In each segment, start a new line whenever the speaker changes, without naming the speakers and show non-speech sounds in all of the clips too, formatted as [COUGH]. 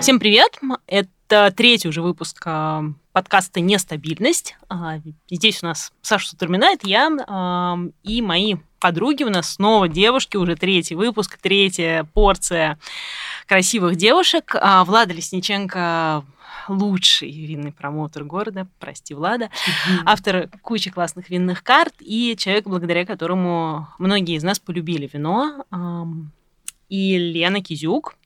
Всем привет! Это третий уже выпуск э, подкаста «Нестабильность». А, и Здесь у нас Саша Сутурмина, это я, а, и мои подруги у нас снова девушки, уже третий выпуск, третья порция красивых девушек. А, Влада Лесниченко лучший винный промоутер города, прости, Влада,
А,
автор кучи классных винных карт и человек, благодаря которому многие из нас полюбили вино, Ам, и Лена Кизюк.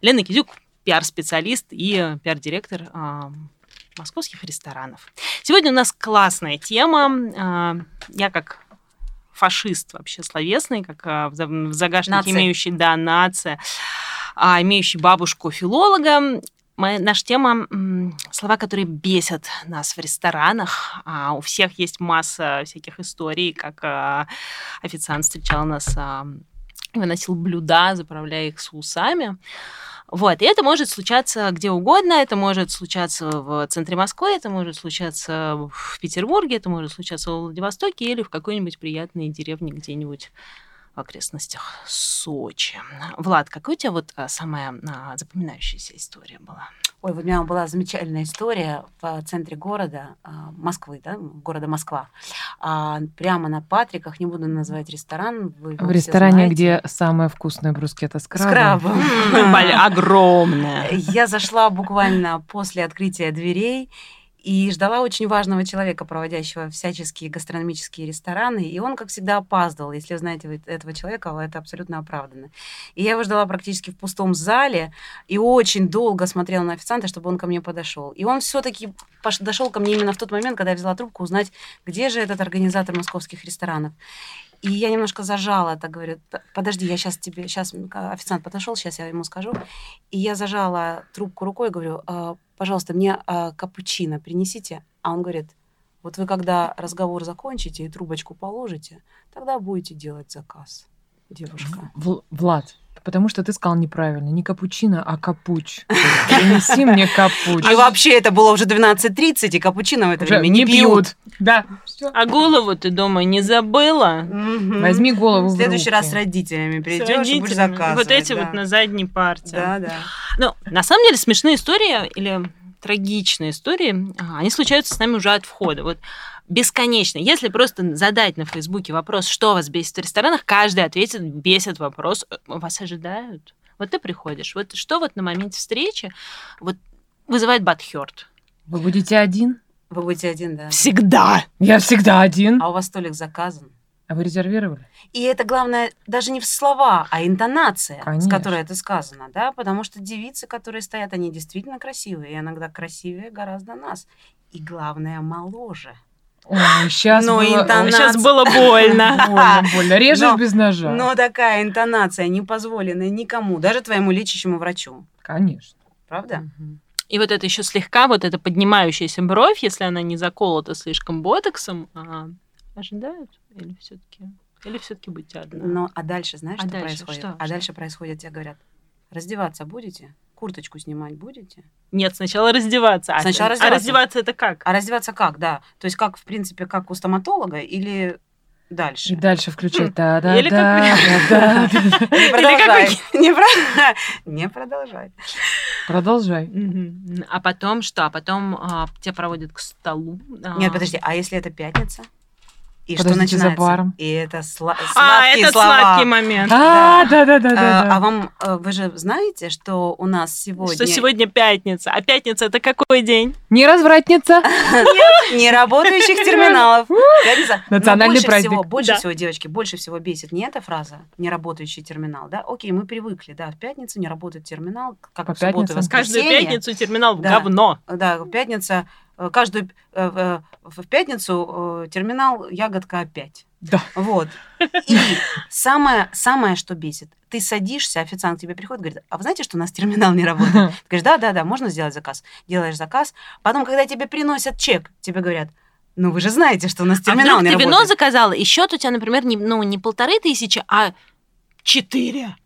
Лена Кизюк – пиар-специалист и э, пиар-директор ам, московских ресторанов. Сегодня у нас классная тема. А, Я как фашист вообще словесный, как а, в за- в загашнике
Нация.
имеющий, да, нация, а, имеющий бабушку-филолога, Моя, наша тема м, слова, которые бесят нас в ресторанах. А, у всех есть масса всяких историй, как а, официант встречал нас, а, выносил блюда, заправляя их соусами. Вот, и это может случаться где угодно, это может случаться в центре Москвы, это может случаться в Петербурге, это может случаться во Владивостоке или в какой-нибудь приятной деревне где-нибудь в окрестностях Сочи. Влад, какая у тебя вот а, самая а, запоминающаяся история
[LAUGHS]
была?
Ой, вот у меня была замечательная история в центре города, а, Москвы, да, города Москва. А, Прямо на Патриках, не буду называть ресторан. вы его
В
Ну, все
ресторане,
знаете.
где самая вкусная брускетта с
С
крабом.
крабом. [LAUGHS]
Бля, Огромная.
Э, Я зашла буквально после открытия дверей и ждала очень важного человека, проводящего всяческие гастрономические рестораны, и он, как всегда, опаздывал. Если вы знаете вы этого человека, это абсолютно оправданно. И я его ждала практически в пустом зале и очень долго смотрела на официанта, чтобы он ко мне подошел. И он все-таки дошел ко мне именно в тот момент, когда я взяла трубку узнать, где же этот организатор московских ресторанов. И я немножко зажала, так говорю, «Т- подожди, я сейчас тебе, сейчас официант подошел, сейчас я ему скажу. И я зажала трубку рукой и говорю, «А, пожалуйста, мне а, капучино принесите. А он говорит, вот вы когда разговор закончите и трубочку положите, тогда будете делать заказ, девушка.
В- Влад, потому что ты сказал неправильно. Не капучино, а капуч. Принеси мне капуч.
И А вообще это было уже 12.30, и капучино в это
Уже
время не пьют.
Да.
А голову ты дома не забыла?
Мгм.
Возьми голову
В
в
следующий
руки.
раз с родителями
С
придешь и
родителями.
будешь заказывать.
Вот эти
да.
вот на задней партии.
Да, да.
Ну, на самом деле смешные истории или трагичные истории, а, они случаются с нами уже от входа. Вот бесконечно. Если просто задать на Фейсбуке вопрос, что вас бесит в ресторанах, каждый ответит, бесит вопрос, «Э, вас ожидают. Вот ты приходишь. Вот что вот на моменте встречи вот вызывает бадхерт?
Вы будете один?
Вы будете один, да.
Всегда.
Я всегда один.
А у вас столик заказан.
А вы резервировали?
И это главное даже не в слова, а интонация, с
Конечно.
которой это сказано, да, потому что девицы, которые стоят, они действительно красивые, и иногда красивее гораздо нас. И главное, моложе.
Ой, сейчас
Но
было...
интона-
Сейчас было
[LAUGHS]
больно.
Больно, больно. Режешь
Ну, Но-
без ножа.
Но такая интонация не позволенная никому, даже твоему лечащему врачу,
Конечно.
правда?
Мгм.
И вот это еще слегка, вот эта поднимающаяся бровь, если она не заколота слишком ботоксом, а, ожидают или все-таки или все-таки будете одна?
Ну, а дальше знаешь,
А
что
дальше
происходит?
что?
А дальше происходит, тебе говорят, раздеваться будете? Курточку снимать будете?
Нет, сначала раздеваться. А-
Сначала
А
раздеваться.
раздеваться это как?
А раздеваться как, да? То есть как, в принципе, как у стоматолога или дальше?
И дальше включать. Да-да-да.
Или как-
да-да.
Не
Или как
продолжай.
[LAUGHS]
Не про- [LAUGHS] Не продолжай.
Продолжай.
Мгм. А потом что? А потом а, тебя проводят к столу. а-
Нет, подожди, а если это пятница? И что
Подождите за
начинается?
баром.
И это сла-
А,
сладкие
это
слова.
сладкий момент.
А,
А,
да-да-да.
а вам, э, вы же знаете, что у нас сегодня,
Что
[LAUGHS]
сегодня пятница. А пятница это какой день?
Не развратница.
не работающих
[LAUGHS]
терминалов? Пятница. Но
Национальный
больше
праздник.
всего- больше
Да.
всего, девочки, больше всего бесит не эта фраза, не работающий терминал, да? Окей, мы привыкли, да, в пятницу не работает терминал, как
По
в субботу и
пятницам.
Каждую
воскресенье.
пятницу терминал в
Да.
говно.
Да, пятница, э, каждую э, в- в пятницу э, терминал ягодка опять.
Да.
Вот. И самое, самое, что бесит, ты садишься, официант к тебе приходит, говорит, а вы знаете, что у нас терминал не работает? Ты говоришь, да, да, да, можно сделать заказ. Делаешь заказ. Потом, когда тебе приносят чек, тебе говорят, ну вы же знаете, что у нас
А
терминал
вдруг
не
ты вино
работает.
заказала, и счет у тебя, например, не, ну, не полторы тысячи, а четыре.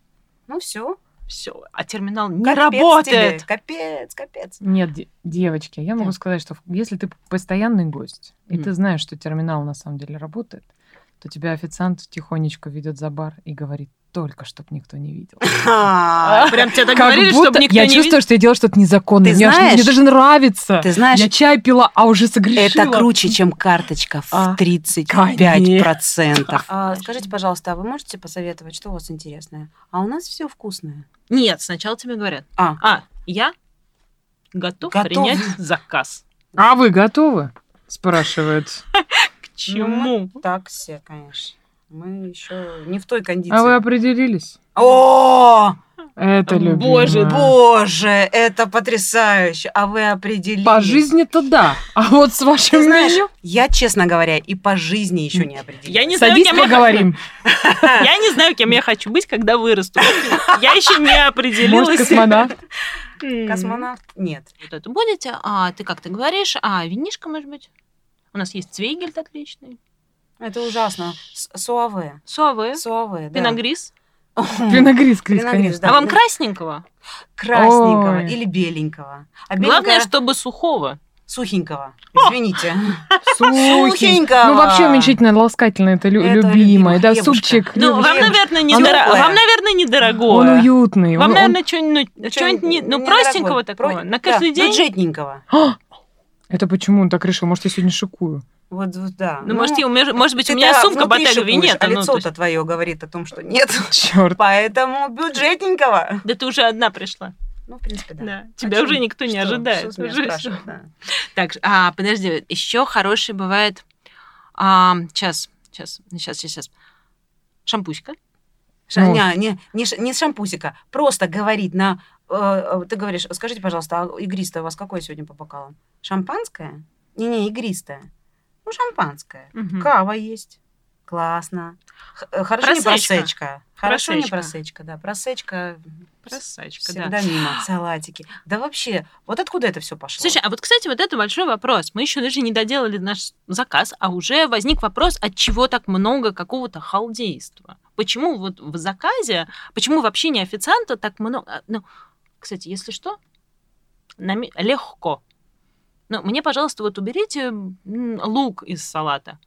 Ну все.
Все, а терминал не работает. [LAUGHS]
Капец, капец.
Нет, де- девочки, я могу
Да.
сказать, что в- если ты постоянный гость, и
Мгм.
ты знаешь, что терминал на самом деле работает, то тебя официант тихонечко ведет за бар и говорит, только, чтобы никто не
[LAUGHS]
видел.
А,
Прям тебя [LAUGHS] так
Как
говорили,
будто
чтобы никто
я
не
чувствую, что я делаю что-то незаконное.
Ты
мне, аж-
знаешь-
мне даже нравится.
Ты знаешь,
я чай пила, а уже согрешила.
это круче, чем карточка
А,
в 35%.
конечно.
Скажите, пожалуйста, а вы можете посоветовать, что у вас интересное? А у нас все вкусное.
видит. Нет, сначала тебе говорят.
А.
А, я готов, [LAUGHS]
Готов.
принять заказ.
А вы готовы? Спрашивает.
К чему?
Ну, Так все, конечно. Мы еще не в той
А вы
кондиции.
определились?
О,
Это любимое.
Боже,
боже, это потрясающе. А вы определились.
По жизни-то да, а вот с вашим
Ты знаешь,
меню
я, честно говоря, и по жизни еще не определилась.
Я не знаю,
садись
кем я
поговорим.
Я не знаю, кем я хочу быть, когда вырасту. [LAUGHS] Я еще не определилась.
Может, космонавт?
[LAUGHS] М.
Космонавт? Нет.
Вот это будете. А ты как ты говоришь? А винишка, может быть? У нас есть цвейгельд отличный.
Это ужасно. С- Суаве.
Суаве.
Суаве, да.
Пиногрис.
Пиногрис, Крис,
Пиногрис, [LAUGHS]
конечно.
да. Ну,
А вам красненького?
Красненького
Ой.
или беленького. А
Главное,
беленького-
чтобы сухого.
Сухенького. Извините.
Сухенько.
Сухенького.
Ну, вообще уменьшительно ласкательное, это лю-
Это
любимое.
любимое.
Да,
Хлебушка.
супчик.
Ну, вам,
Хлебушка.
наверное, не
Оно-
дорого-
Теплое.
Вам, наверное,
Он
недорогое.
уютный.
Вам,
он- он-
наверное, что-нибудь, ну, чё-нибудь не- ну,
недорогое.
простенького такого.
Про-
На каждый
да, ну,
день.
Бюджетненького.
А! Это почему он так решил? Может, я сегодня шикую?
Вот, вот, да.
Ну, может, я умею- может быть, у
ты-то
меня сумка
внутри
Bottega
шикуешь,
Veneta,
А
ну, то есть-
лицо-то твое говорит о том, что нет. [LAUGHS]
Черт.
Поэтому бюджетненького.
Да ты уже одна пришла.
Ну, в принципе, да.
Да.
А
Тебя
чё-
уже никто не
что-
ожидает. ну,
что с меня
Уже всё.
спрашивают,
Ну,
да.
Так, а, подожди, еще хороший бывает. а, сейчас, сейчас, сейчас, сейчас, сейчас. Шампуська.
Ша-
Ну.
Не, не, не, ш- не с шампусика. Просто говорить на... э, э, ты говоришь, скажите, пожалуйста, а игристое у вас какое сегодня по бокалам? Шампанское? Не-не, игристое. Ну, шампанское. Кава есть. Классно. Х- э, хорошо не
Просечка.
просечка. Хорошо не
Просечка.
просечка, да. Просечка
Красачка, да.
всегда мимо. Салатики. Да вообще, вот откуда это все пошло?
Слушай, а вот, кстати, вот это большой вопрос. Мы еще даже не доделали наш заказ, а уже возник вопрос, от чего так много какого-то халдейства? Почему вот в заказе, почему в общении официанта так много... а, Ну, кстати, если что, нами- легко. Ну, мне, пожалуйста, вот уберите м, лук из салата.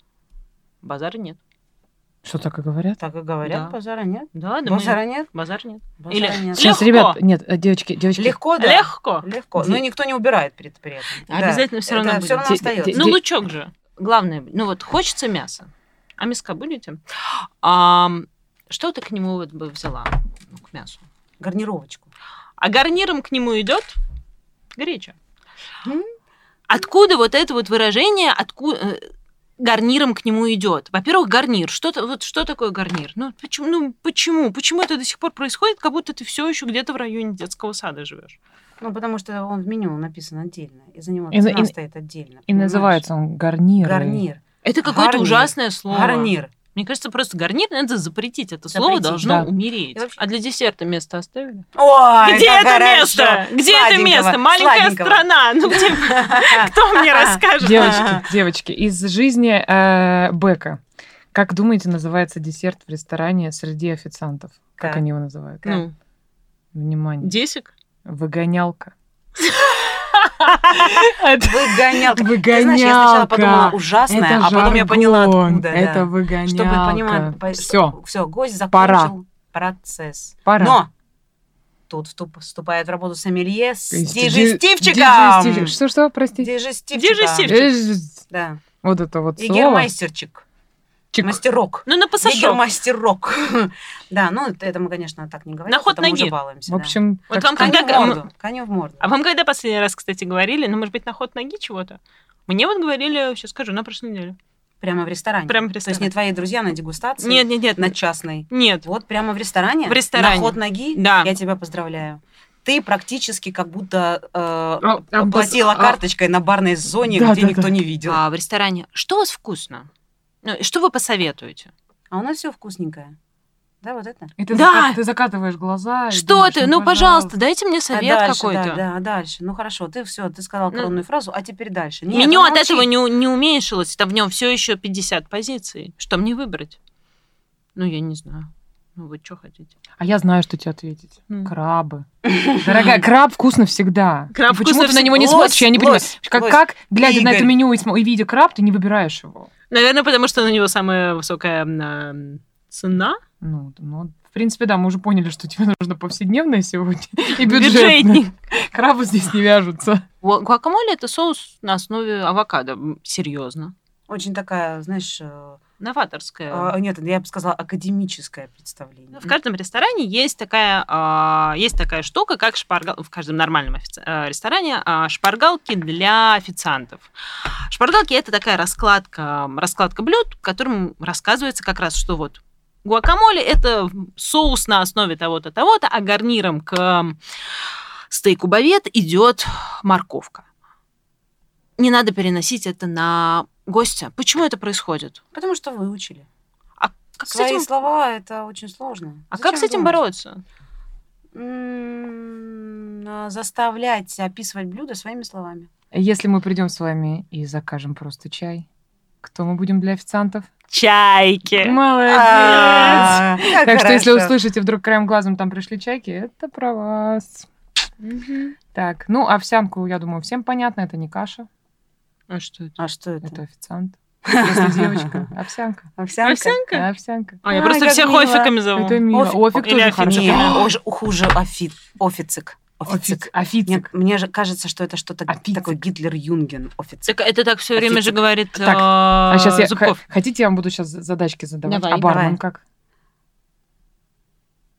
Базара нет.
Что так и говорят?
так и говорят,
Да.
базара нет.
Да, да, мы-
Базара нет.
базар нет.
Базара
Или-
нет.
Лё-
Сейчас, ребят, нет, э, девочки, девочки.
Легко, Ну да.
Легко.
Легко.
Ди-
Но никто не убирает при, при этом. Да.
Обязательно всё равно
Это
будет.
всё равно
Ди-
остается.
ди-
Ну,
Де-
лучок же. Главное, ну вот хочется мяса. А мяска будете? А, что ты к нему вот бы взяла? Ну, к мясу.
гарнировочку.
А гарниром к нему идет греча.
М.
Откуда вот это вот выражение, откуда гарниром к нему идет? Во-первых, гарнир. Что, то- вот, что такое гарнир? Ну почему, ну почему? Почему это до сих пор происходит, как будто ты все еще где-то в районе детского сада живешь?
Ну, потому что он в меню написан отдельно, и за него
И на-
цена
и-
стоит отдельно.
И
понимаешь?
называется он гарнир.
гарнир.
Это какое-то
Гарнир.
ужасное слово.
Гарнир.
Мне кажется, просто гарнир надо запретить. Это слово
Запретить,
должно
да.
умереть.
И вообще-
А для десерта место оставили?
Ой,
где
как
А, это
хорошо.
место? Где это
Сладенького,
место? Маленькая
сладенького.
страна. Ну где? [LAUGHS]
[LAUGHS]
Кто мне расскажет?
Девочки, девочки, из жизни э, Бека. Как думаете, называется десерт в ресторане среди официантов? Как
Как?
они его называют?
Ну,
Внимание.
десик.
Выгонялка.
А
Выгонялка. Ты знаешь, я сначала подумала
Выгонялка.
ужасное, а
Это
потом я поняла
жаргон.
откуда. да.
Это выгонялка.
Чтобы понимать.
Все,
Все, гость закончил
Пора.
процесс.
пора.
Но тут вступ- вступает в работу сомелье с
Ди-
дижестивчиком.
дижестив- Что-что, простите?
Дижестивчиком.
Дижестивчик.
Дижест-
Да.
Вот это вот
И
слово.
гермайстерчик.
Чик.
Мастерок.
Ну, на пассажир.
Егермастерок. [LAUGHS] Да, ну это, это мы, конечно, так не говорим.
На ход
потому
ноги.
уже балуемся.
В
да.
общем,
Вот
так
вам
сказать,
Коню в
когда-
морду. Коню в морду.
А вам когда последний раз, кстати, говорили? Ну, может быть, на ход ноги чего-то? Мне вот говорили, сейчас скажу, на прошлой неделе.
Прямо в ресторане.
Прямо в
То есть
ресторане.
не твои друзья на дегустации?
Нет, нет, нет.
На частной.
Нет.
Вот прямо в ресторане?
В ресторане.
На ход ноги?
Да.
Я тебя поздравляю. Ты практически как будто э,
а- а-
платила
а-
карточкой на барной зоне,
Да,
где
да,
никто
да.
не видел. А,
А в ресторане что у вас вкусно? Ну, и что вы посоветуете?
А у нас все вкусненькое. Да, вот это?
И ты,
Да!
закат- ты закатываешь глаза. и
Что
думаешь,
ты? Ну, пожалуйста, дайте мне
А
совет
дальше,
какой-то.
Да, да, а дальше. Ну хорошо, ты все, ты сказал
Ну.
коронную фразу, а теперь дальше. Нет,
Меню
ну,
от
молчи.
этого не, у- не уменьшилось, там в нем все еще 50 позиций. Что мне выбрать? Ну, я не знаю. Ну, вы что хотите?
А я знаю, что тебе ответить.
Ну.
Крабы.
[LAUGHS]
Дорогая, краб вкусно всегда.
Краб
И Почему
вкусно
ты на него не
всегда.
смотришь, я не
Лось,
понимаю.
лось,
Как,
лось.
как, глядя на это
Игорь.
меню и см- и видя краб, ты не выбираешь его?
Наверное, потому что на него самая высокая а, м, цена.
Ну, ну, в принципе, да, мы уже поняли, что тебе нужно повседневное сегодня и бюджетное.
Бюджетник.
Крабы здесь не вяжутся.
Гу- Гуакамоле это соус на основе авокадо. М, Серьезно.
Очень такая, знаешь, э,
Новаторская.
а, нет, я бы сказала, академическое представление.
Ну, В каждом ресторане есть такая, а, есть такая штука, как шпаргал... В каждом нормальном офици- э, ресторане а, шпаргалки для официантов. Шпаргалки – это такая раскладка, раскладка блюд, в котором рассказывается как раз, что вот гуакамоле – это соус на основе того-то, того-то, а гарниром к стейку бавет идет морковка. Не надо переносить это на гостя. Почему это происходит?
Потому что выучили.
А Как с
Свои
этим-
слова это очень сложно.
А
Зачем
как с этим
думать?
бороться?
М, а, Заставлять описывать блюдо своими словами.
Если мы придем с вами и закажем просто чай, кто мы будем для официантов?
Чайки.
Молодец!
Э. А, как
Так что, если
хорошо.
услышите вдруг краем глазом, там пришли чайки, это про вас. Так, ну, овсянку, я думаю, всем понятно, это не каша,
А что это?
А что
это
это?
официант. Если
[LAUGHS]
девочка, овсянка.
Овсянка?
Овсянка?
Овсянка.
А, я
Ай,
просто
как
всех
мило.
офиками
Это
зову.
мило.
ну, Офи-
Офик
или
тоже
офицер.
хорошо.
Не,
Официк.
ож- хуже офи- официк. Официк. Мне,
Официк.
мне же кажется, что это что-то
Официк.
такой Гитлер-Юнген официк.
Так это так все время же
Офицер.
говорит
Так,
а,
А сейчас я...
Зубков.
х- Хотите, я вам буду сейчас задачки задавать?
Давай.
А бармен
Давай.
как?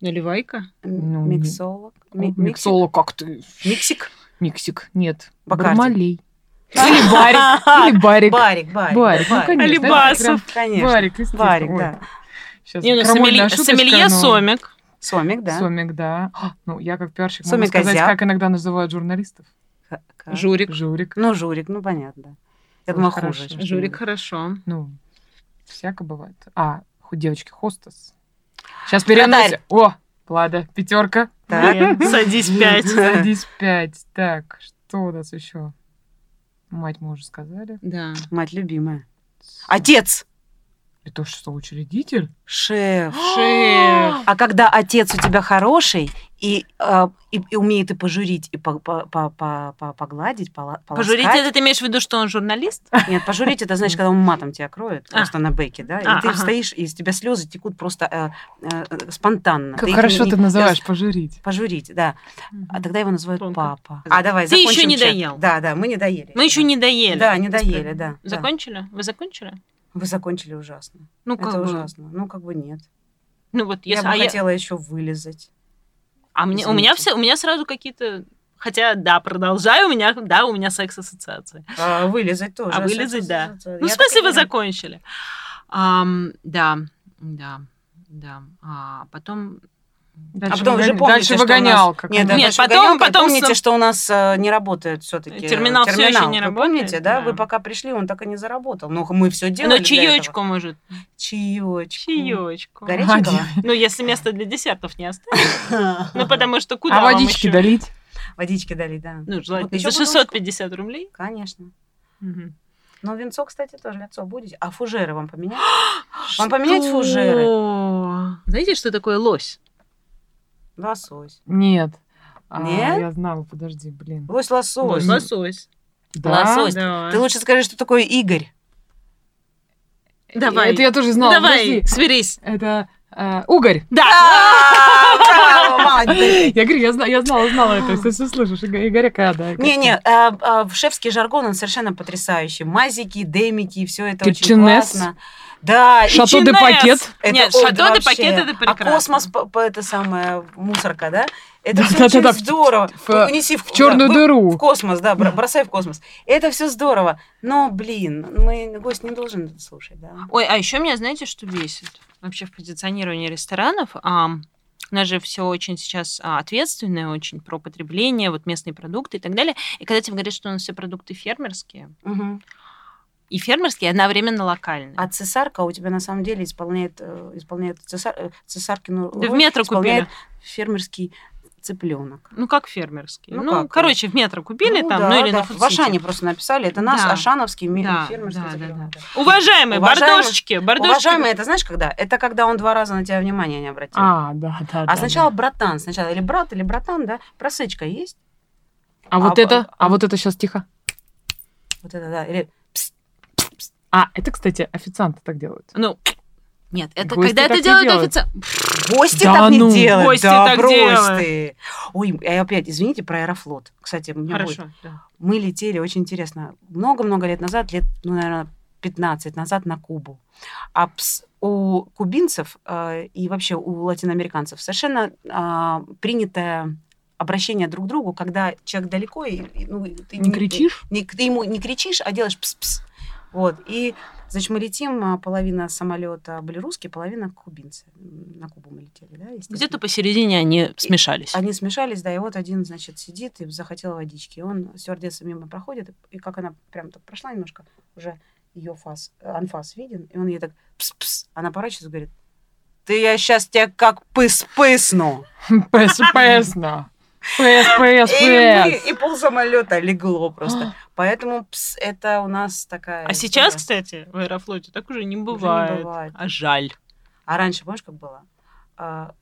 Наливайка.
М-
Ну,
Миксолог. Ми- Миксик.
Миксолог, как ты?
Миксик.
Миксик, нет.
Бакарди.
Бармалей. [LAUGHS] Или барик. Или барик.
[LAUGHS] Барик, барик.
Барик, ну, конечно. это
Алибасов.
прям
Конечно.
Барик, естественно.
Барик,
Ой,
да.
Сейчас
Не, ну,
крамольная
сомелье,
шуточка,
сомелье
ну.
но-
сомик.
Сомик, да.
Сомик, да. А, Ну, я как пиарщик могу
Сомик
сказать,
Азиат.
как иногда называют журналистов.
Ка- ка-
Журик.
Журик.
Ну, Журик, ну, понятно. да. Я
Ой,
думаю,
хорошо.
хуже.
Журик хорошо.
Ну, всяко бывает. А, ху- девочки, хостес. Сейчас переносим. О, Лада, пятерка.
Так.
Блин, [LAUGHS] Садись пять.
Садись пять. Так, что у нас еще? Мать мы уже сказали.
[GASPS] Да.
Мать любимая. Отец!
Это что, учредитель?
Шеф.
Шеф.
А когда отец у тебя хороший и, э, и, и умеет и пожурить, и по- по- по- по- по- погладить, пола- поласкать.
Пожурить, это ты имеешь в виду, что он журналист?
Нет, пожурить это значит, когда он матом тебя кроет,
А.
просто на бэке, да, и
А,
ты
ага.
стоишь, и из тебя слезы текут просто э, э, э, спонтанно.
Как
их
хорошо
не-
ты
не-
называешь пожурить.
Пожурить, да. А тогда его называют
Тонко.
папа. А давай,
Ты ещё
закончим
не
чат.
доел.
Да, да, мы не доели.
Мы еще не доели.
Да, не доели, да. да.
Закончили? Вы закончили?
Вы закончили ужасно.
Ну, как
Это
бы.
ужасно. Ну, как бы нет.
Ну, вот
Я
если...
бы
а я-
хотела еще вылезать.
А мне, у меня
Извините.
все, у меня сразу какие-то, хотя да, продолжаю, у меня, да, у меня секс ассоциации.
А, вылезать тоже.
А вылезать, да. Ну,
Я
в смысле
так и
вы
говорю.
закончили? Ам, да, да, да. А потом
А
Дальше
потом вы же
выгоня-
помните,
дальше
что у нас-
выгонялка.
Нет,
[LAUGHS]
да,
Нет,
дальше
потом-
выгонялка. И
потом
помните,
сам-
что у нас э, не работает все-таки
Терминал всё ещё не работает,
Помните, да?
да.
Вы пока пришли, он так и не заработал. Ну, мы все делали.
Ну, чаечку, может.
Чаечку. [LAUGHS]
Чаечку.
Горя-
Горяченького.
Ну, если место для десертов не осталось.
[LAUGHS]
Ну, потому что куда
А
вам
водички
ещё?
долить?
Водички дали, да.
Ну, желательно.
Вот ещё
за
бутылочку.
650 рублей.
Конечно.
Мгм.
Но венцо, кстати, тоже лицо будете. А фужеры вам поменять? Вам поменять фужеры?
Знаете, что такое лось?
Лосось.
Нет. А,
Нет?
Я знала, подожди, блин.
Лось лосось.
Лось.
Лосось.
Да?
Лосось.
Да.
Ты лучше скажи, что такое Игорь.
Давай.
Это я тоже
Ну,
знала.
Давай,
подожди.
сверись.
Это э, угорь. [LAUGHS]
Да.
А, браво, молодец.
Я говорю, я знала, я знала, знала это. Если все слышишь, Иго- Игоряка, да.
Не-не, а, а, в шефский жаргон он совершенно потрясающий. Мазики, демики, все это очень
Кетченес.
классно. Да, и
Шато де
Чинес.
пакет.
это
Нет,
вот
шато де
вообще.
пакет это прекрасно.
А космос, п- п- это самое, мусорка, да? Это все очень
Да-да-да, в-
здорово.
в-
Ну, Унеси в
В черную
да, В
дыру.
космос, да, бро- бросай в космос. Это все здорово. Но, блин, мы гость не должен это слушать, да.
Ой, а еще меня, знаете, что бесит? Вообще в позиционировании ресторанов. ам, у нас же все очень сейчас а, ответственное, очень про потребление, вот местные продукты и так далее. И когда тебе говорят, что у нас все продукты фермерские,
Мгм.
и фермерские, и одновременно локальные.
А цесарка у тебя на самом деле исполняет, э, исполняет цесар, э, цесаркину
Да в
роль
метро
исполняет
купили.
фермерский цыпленок.
Ну как фермерские? Ну,
Ну, как?
короче, в метро купили там, ну или на
В
Food City.
Ашане просто написали. Это наш
Да.
Ашановский ми-
Да,
фермерский
да, да,
цыпленок.
Уважаемые,
Уважаемые-
бардошечки, бардошки.
Уважаемый, это знаешь когда? Это когда он два раза на тебя внимания не обратил. А,
А, да, да. да,
сначала
да.
братан, сначала или брат, или братан, да? Просычка есть?
А вот
а-
это, а вот это сейчас тихо.
Вот это, да. Или
А, это, кстати, официанты так делают.
Ну,
Нет, это
Гости
когда
так
это
не
делают
делают.
офицер.
Гости
Да
так
ну,
не делают.
гости
да,
так
брось
делают.
ты. Ой, я опять, извините, про Аэрофлот. Кстати, у меня будет.
Хорошо. да.
Мы летели, очень интересно, много-много лет назад, лет, ну, наверное, 15 назад на Кубу. А пс- у кубинцев э, и вообще у латиноамериканцев совершенно а, принятое обращение друг к другу, когда человек далеко, и, и, ну, ты
Не
[LAUGHS]
кричишь?
не- ты ему не кричишь, а делаешь пс-пс. Вот. И, значит, мы летим, а половина самолета были русские, половина кубинцы. М, На Кубу мы летели, да, естественно.
Где-то посередине они смешались.
Они смешались, да, и вот один, значит, сидит и захотел водички. И он, стюардесса мимо проходит, и как она прям так прошла немножко, уже ее фас, э, анфас виден, и он ей так пс-пс, она поворачивается и говорит, ты я сейчас тебя как пыс-пысну.
Пэс, пэс, да. Пэс, пэс,
И, мы-
пэс.
и пол самолета легло просто. Поэтому пс, это у нас такая...
А сейчас,
история.
кстати, в Аэрофлоте так уже не
Уже не
бывает.
бывает.
А жаль.
А раньше, помнишь, как было? А,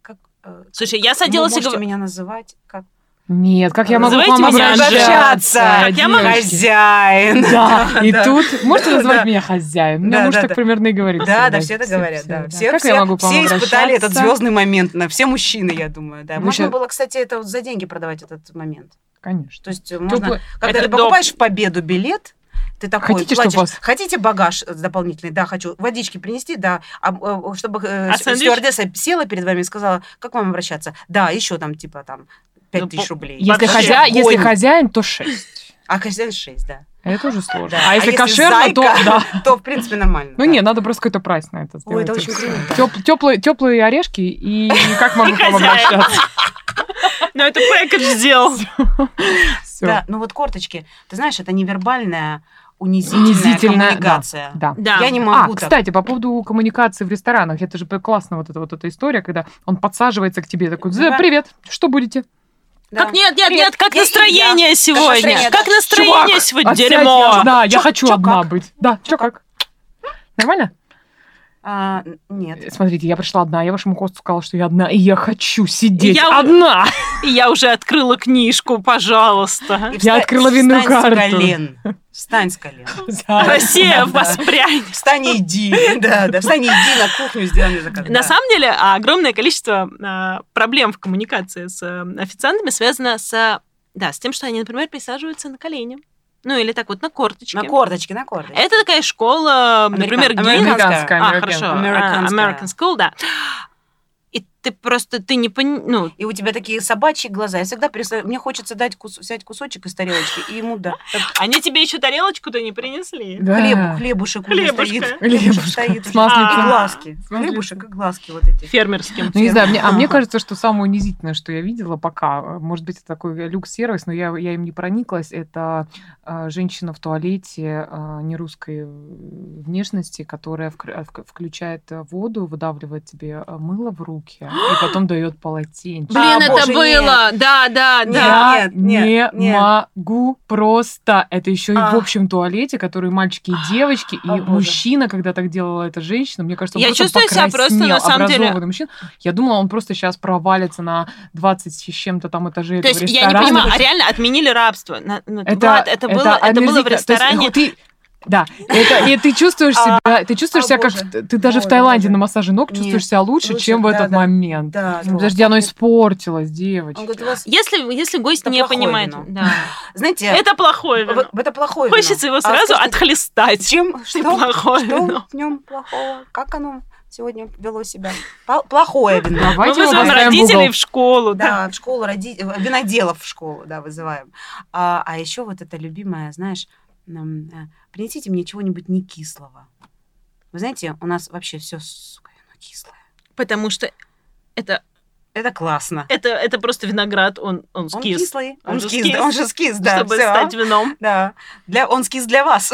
как, э,
Слушай, я
вы
садилась и
можете
говорила...
меня называть как
Нет, как я могу к
Называйте
вам
меня
обращаться?
обращаться,
как я могу-
девочки?
хозяин.
Да, и
Да.
тут... Можете
Да.
называть меня хозяин? У меня
Да,
муж
да,
так
да.
примерно и
Да,
говорит. всегда.
да, все это говорят, да. Все,
Как
все,
я могу к вам
все испытали этот
обращаться?
звездный момент, на все мужчины, я думаю, да.
Мы
Можно
щас-
было, кстати, это вот за деньги продавать этот момент.
Конечно.
То есть э, можно,
Тупо-
когда
Это
ты покупаешь в победу билет, ты такой
Хотите, чтоб
платишь,
вас-
хотите багаж э, дополнительный, да, хочу, водички принести, да, а, э, чтобы э,
А
с-
сэндвич?
стюардесса села перед вами и сказала, как к вам обращаться, да, еще там типа там
Ну,
5 тысяч
по-
рублей.
Если,
Вообще
хозя... если
Огонь.
хозяин, то шесть.
А хозяин 6, да.
Это уже сложно.
Да.
А если кошерно, то...
зайка,
да.
[LAUGHS] то в принципе нормально.
Ну
да.
не, надо просто какой-то прайс на это
Ой,
сделать.
это очень круто.
Теплые, теплые орешки и как могу к вам
хозяин.
обращаться?
[LAUGHS] Но это пэкэдж сделал.
Всё.
Да, ну вот корточки, ты знаешь, это невербальная унизительная,
Унизительная, да.
коммуникация.
Да.
Да.
Я не
А,
могу так.
кстати, по поводу коммуникации в ресторанах, это же классно вот эта вот эта история, когда он подсаживается к тебе такой, «Зэ,
Да.
привет, что будете?
Да.
Как нет, нет,
Привет,
нет, как
я
настроение сегодня?
настроение,
Как
да.
настроение
Чувак,
сегодня?
Отсядь,
Дерьмо.
я- Да, я
Чё-
хочу
чё
одна
как?
быть. Да, чё как? Нормально?
А, нет.
Смотрите, я пришла одна, я вашему хосту сказала, что я одна, и я хочу сидеть
Я-
одна.
[LAUGHS]
И я уже открыла книжку, пожалуйста.
И
Я открыла винную
встань
карту.
с колен. Встань с колен.
Да.
Россия
[LAUGHS] Да.
воспрянь.
Встань и иди. Да, да, встань и иди на кухню и сделай мне заказ.
На
Да.
самом деле а, огромное количество а, проблем в коммуникации с э, официантами связано с, а, да, с тем, что они, например, присаживаются на колени. Ну или так вот на корточке.
На корточке, на корточке.
Это такая школа, например,
Американ-
Гейнс.
американская.
А, хорошо. а,
Американская.
American School, да. И ты просто, ты не пони... Ну,
И у тебя такие собачьи глаза. Я всегда перестаю... Мне хочется дать кус- взять кусочек из тарелочки и ему да.
они тебе еще тарелочку-то не принесли.
Да.
Хлебу, хлебушек у меня
Хлебушка.
стоит.
Хлебушка.
стоит.
С маслицем.
И глазки.
С маслицем.
Хлебушек и глазки вот эти.
Фермерским.
Ну, не знаю, мне, а мне
Ага.
кажется, что самое унизительное, что я видела пока, э, может быть, это такой люкс-сервис, но я, я им не прониклась, это э, женщина в туалете э, нерусской э, внешности, которая вкр- э, вк- включает э, воду, выдавливает тебе э, мыло в руки и потом дает полотенце.
Блин,
А,
это
боже,
было. Да, да,
Нет.
да.
Я
нет, нет,
не
нет.
могу просто. Это еще и
А.
Ах.
в общем туалете, которые мальчики и девочки, и
О, боже.
мужчина, когда так делала эта женщина, мне кажется, он
Я
просто
чувствую себя просто,
покраснел,
на самом деле-
образованный мужчина. Я думала, он просто сейчас провалится на 20 с чем-то там этажей
То есть
этого
я не
ресторана.
понимаю, а реально отменили рабство. На- на-
Это,
Влад, это, было, это было в
омерзительно. То есть,
ресторане.
ну, ты- да, это, и ты чувствуешь себя, ты чувствуешь
а,
себя как,
боже.
в- ты даже в
Боже,
Таиланде
боже.
на массаже ног чувствуешь
Нет,
себя лучше,
лучше,
чем в
да,
этот
да.
момент.
Да. вот.
Подожди, оно
Нет.
испортилось,
Он
Ну,
девочка.
говорит, у вас...
Если, если гость
Это
не
плохое
понимает...
вино.
да.
Знаете,
Это А плохое вино.
в- это плохое вино.
Хочется его
А
сразу
скажите,
отхлестать.
Чем?
Ты
Что?
плохое вино.
Что в нем плохого? Как оно сегодня вело себя? Пл- Плохое вино.
Мы
Давайте его
вызовем
поставим в
родителей
угол.
в школу. Да.
Да, в школу роди... э, виноделов в школу, да, вызываем. А, а еще вот это любимое, знаешь, м, э, принесите мне чего-нибудь не кислого. Вы знаете, у нас вообще все, сука, вино кислое.
Потому что это,
Это классно.
это, это просто виноград, он, он
Он
скис.
кислый,
Он
он,
же
скис,
скис.
да, он же скис,
[LAUGHS]
да,
чтобы
всё.
стать вином.
Да, для, он скис
[LAUGHS]
для вас,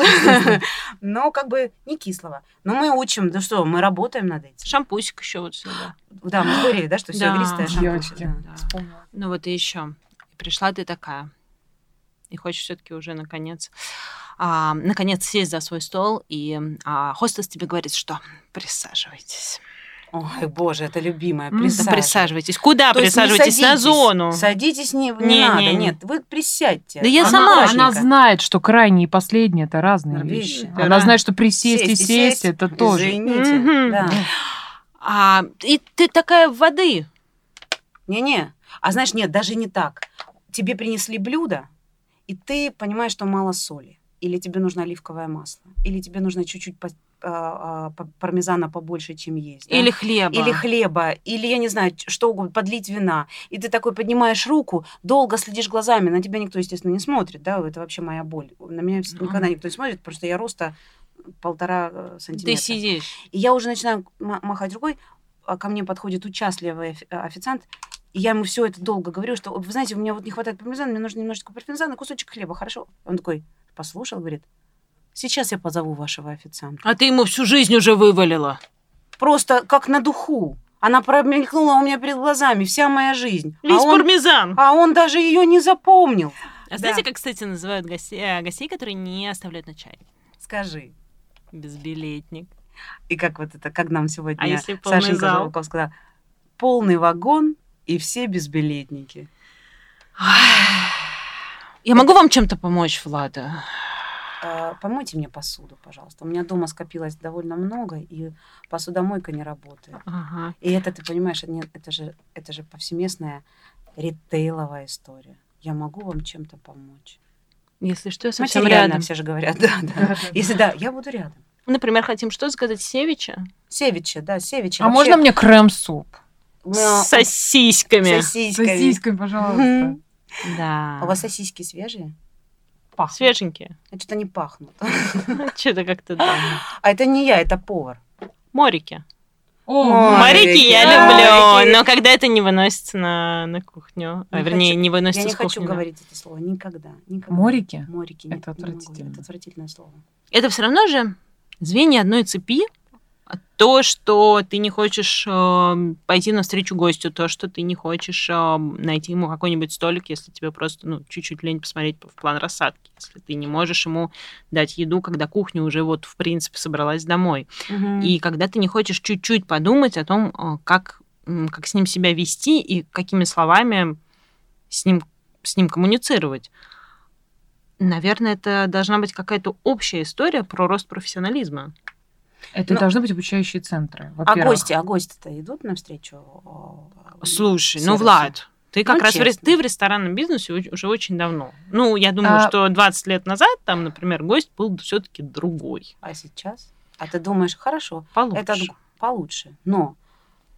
но как бы не кислого. Но мы учим, да что, мы работаем над этим.
Шампусик еще вот сюда. [GASPS]
Да, мы говорили, да, что все
Да.
игристое шампунь.
Девочки.
да.
Вспомнила.
Ну вот и еще. И пришла ты такая. И хочешь все-таки уже наконец, а, наконец сесть за свой стол, и а, хостес тебе говорит, что присаживайтесь.
Ой, боже, это любимая.
М, да
Да
Присаживайтесь.
присаживайтесь. Куда
То есть не
присаживайтесь? На
садитесь.
зону.
Садитесь, не, не,
Не, не,
надо.
не.
Нет, вы присядьте.
Да я
Она-
сама-
Машенька.
Она знает, что крайнее и последнее это разные
Вещи.
вещи.
Это
Она
раз-
знает, что присесть и сесть это тоже.
Извините.
Мгм.
Да.
А, и ты такая в воды.
Не-не. А знаешь, нет, даже не так. Тебе принесли блюдо, и ты понимаешь, что мало соли. Или тебе нужно оливковое масло. Или тебе нужно чуть-чуть по- а, а, по- пармезана побольше, чем есть. да?
Или хлеба.
или хлеба, или, я не знаю, ч- что угодно, подлить вина. И ты такой поднимаешь руку, долго следишь глазами, на тебя никто, естественно, не смотрит, да, это вообще моя боль. На меня вс-
Мгм.
никогда никто не смотрит, потому что я роста полтора э,
Ты
сантиметра.
сидишь.
И я уже начинаю ма- махать рукой, а ко мне подходит участливый офи- э, официант, и я ему все это долго говорю, что, вы знаете, у меня вот не хватает пармезана, мне нужно немножечко пармезана, кусочек хлеба, хорошо? Он такой послушал, говорит, сейчас я позову вашего официанта
А ты ему всю жизнь уже вывалила.
просто как на духу. Она промелькнула у меня перед глазами, вся моя жизнь. А
Весь
он,
пармезан.
а он даже ее не запомнил.
А знаете, как, кстати, называют гостей, э, гостей, которые не оставляют на чай?
Скажи,
Безбилетник.
и как вот это, как нам сегодня
А если полный
Сашенька
зал?
Жолуков сказала, полный вагон и все безбилетники.
Я могу вам чем-то помочь, Влада?
А, Помойте мне посуду, пожалуйста. У меня дома скопилось довольно много, и посудомойка не работает.
Ага.
И это, ты понимаешь, нет, это, же, это же повсеместная ритейловая история. Я могу вам чем-то помочь.
Если что, я совсем
Материально,
рядом.
все же говорят, [LAUGHS] да,
[LAUGHS] А
да. Если да, я буду рядом.
Например, хотим что заказать Севича?
Севичи, да, севичи.
А можно мне крем-суп?
Ну,
С сосисками.
сосиски?
Сосиской, пожалуйста.
Да.
А у вас сосиски свежие?
Пах.
свеженькие? [LAUGHS]
А что-то они пахнут. [LAUGHS]
Что-то как-то да.
А это не я, это повар.
Морики.
О,
Моря.
Мария,
Морики я
Морики.
люблю, но когда это не выносится на, на кухню, а,
Не
вернее,
хочу.
не выносится
Я не
с
хочу
кухни, да.
говорить это слово никогда. никогда.
Морики?
Морики. нет,
Это
не могу,
отвратительно.
Это отвратительное слово.
Это все равно же звенья одной цепи. То, что ты не хочешь эм, пойти навстречу гостю, то, что ты не хочешь эм, найти ему какой-нибудь столик, если тебе просто ну, чуть-чуть лень посмотреть в план рассадки, если ты не можешь ему дать еду, когда кухня уже вот в принципе собралась домой. И когда ты не хочешь чуть-чуть подумать о том, э, как, м, как с ним себя вести и какими словами с ним, с ним коммуницировать. Наверное, это должна быть какая-то общая история про рост профессионализма.
Это
Ну,
должны быть обучающие центры.
А
во-первых.
гости, а гости-то идут навстречу? э,
Слушай, ну,
сервису?
Влад, ты как
Ну,
раз в, рес-
честно.
ты в ресторанном бизнесе уч- уже очень давно. Ну, я думаю,
А-
что 20 лет назад там, например, гость был все-таки другой.
А сейчас? А ты думаешь, хорошо,
Получше.
это г- получше. Но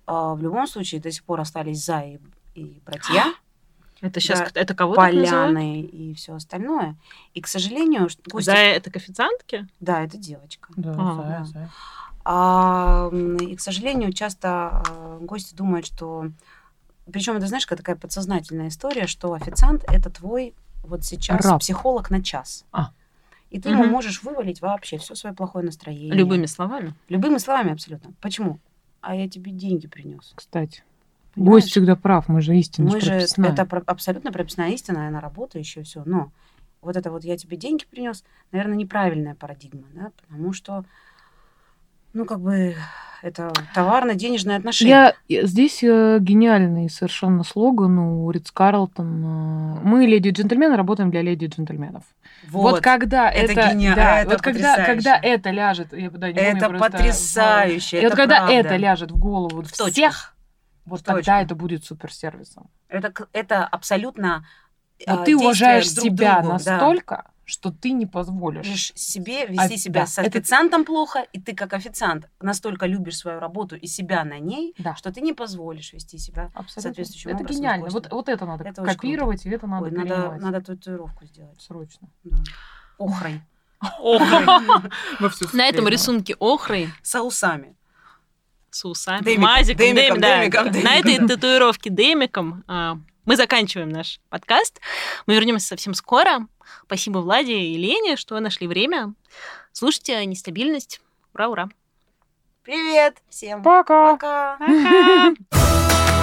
а, в любом случае до сих пор остались за и, и
[GASPS]
братья.
Это сейчас
да,
это кого так называют?
поляны и все остальное. И, к сожалению, ш- гости...
За это к официантке?
Да, это девочка.
Да,
А,
да,
да.
да.
А, м, и, к сожалению, часто а, гости думают, что... Причем это, знаешь, такая подсознательная история, что официант – это твой вот сейчас
Раб.
психолог на час.
А.
И ты ему
Мгм.
можешь вывалить вообще все свое плохое настроение.
Любыми словами.
Любыми словами абсолютно. Почему? А я тебе деньги принес.
Кстати,
Понимаешь?
гость всегда прав, мы же истинно
Мы же, это про- абсолютно прописная истина, она работающая, все. Но вот это вот я тебе деньги принес, наверное, неправильная парадигма, да, потому что, ну, как бы, это товарно-денежные отношения.
Я я- здесь э, гениальный совершенно слоган у Ридс Карлтон. э, Мы, леди и джентльмены, работаем для леди и джентльменов. Вот, когда
Это
это,
гениально,
да,
это
вот когда,
потрясающе.
когда это ляжет, я да, не помню
это
просто-
потрясающе.
И
это
вот когда
правда.
это ляжет в голову
В точку.
всех, вот
В
тогда
точку.
это будет суперсервисом.
Это, к- это абсолютно...
Но
а,
ты
действие
уважаешь
друг
себя
другу, да.
настолько, что ты не позволишь.
лишь себе вести
А,
себя
да,
с
это-
официантом плохо, и ты как официант настолько любишь свою работу и себя на ней,
Да.
что ты не позволишь вести себя.
Абсолютно.
соответствующим
это
образом с
гениально. Вот,
гостем.
вот это надо
Это очень
копировать, и это надо
Ой, надо,
перенимать.
надо татуировку сделать.
Срочно.
Да. Охрой.
На этом рисунке охрой
Соусами.
с усами,
Демиком,
мазиком,
демиком,
дем- да,
демиком,
да.
демиком.
На этой татуировке демиком а, мы заканчиваем наш подкаст. Мы вернемся совсем скоро. Спасибо Владе и Лене, что нашли время. Слушайте нестабильность. Ура, ура.
Привет всем.
Пока!
Пока.
Пока.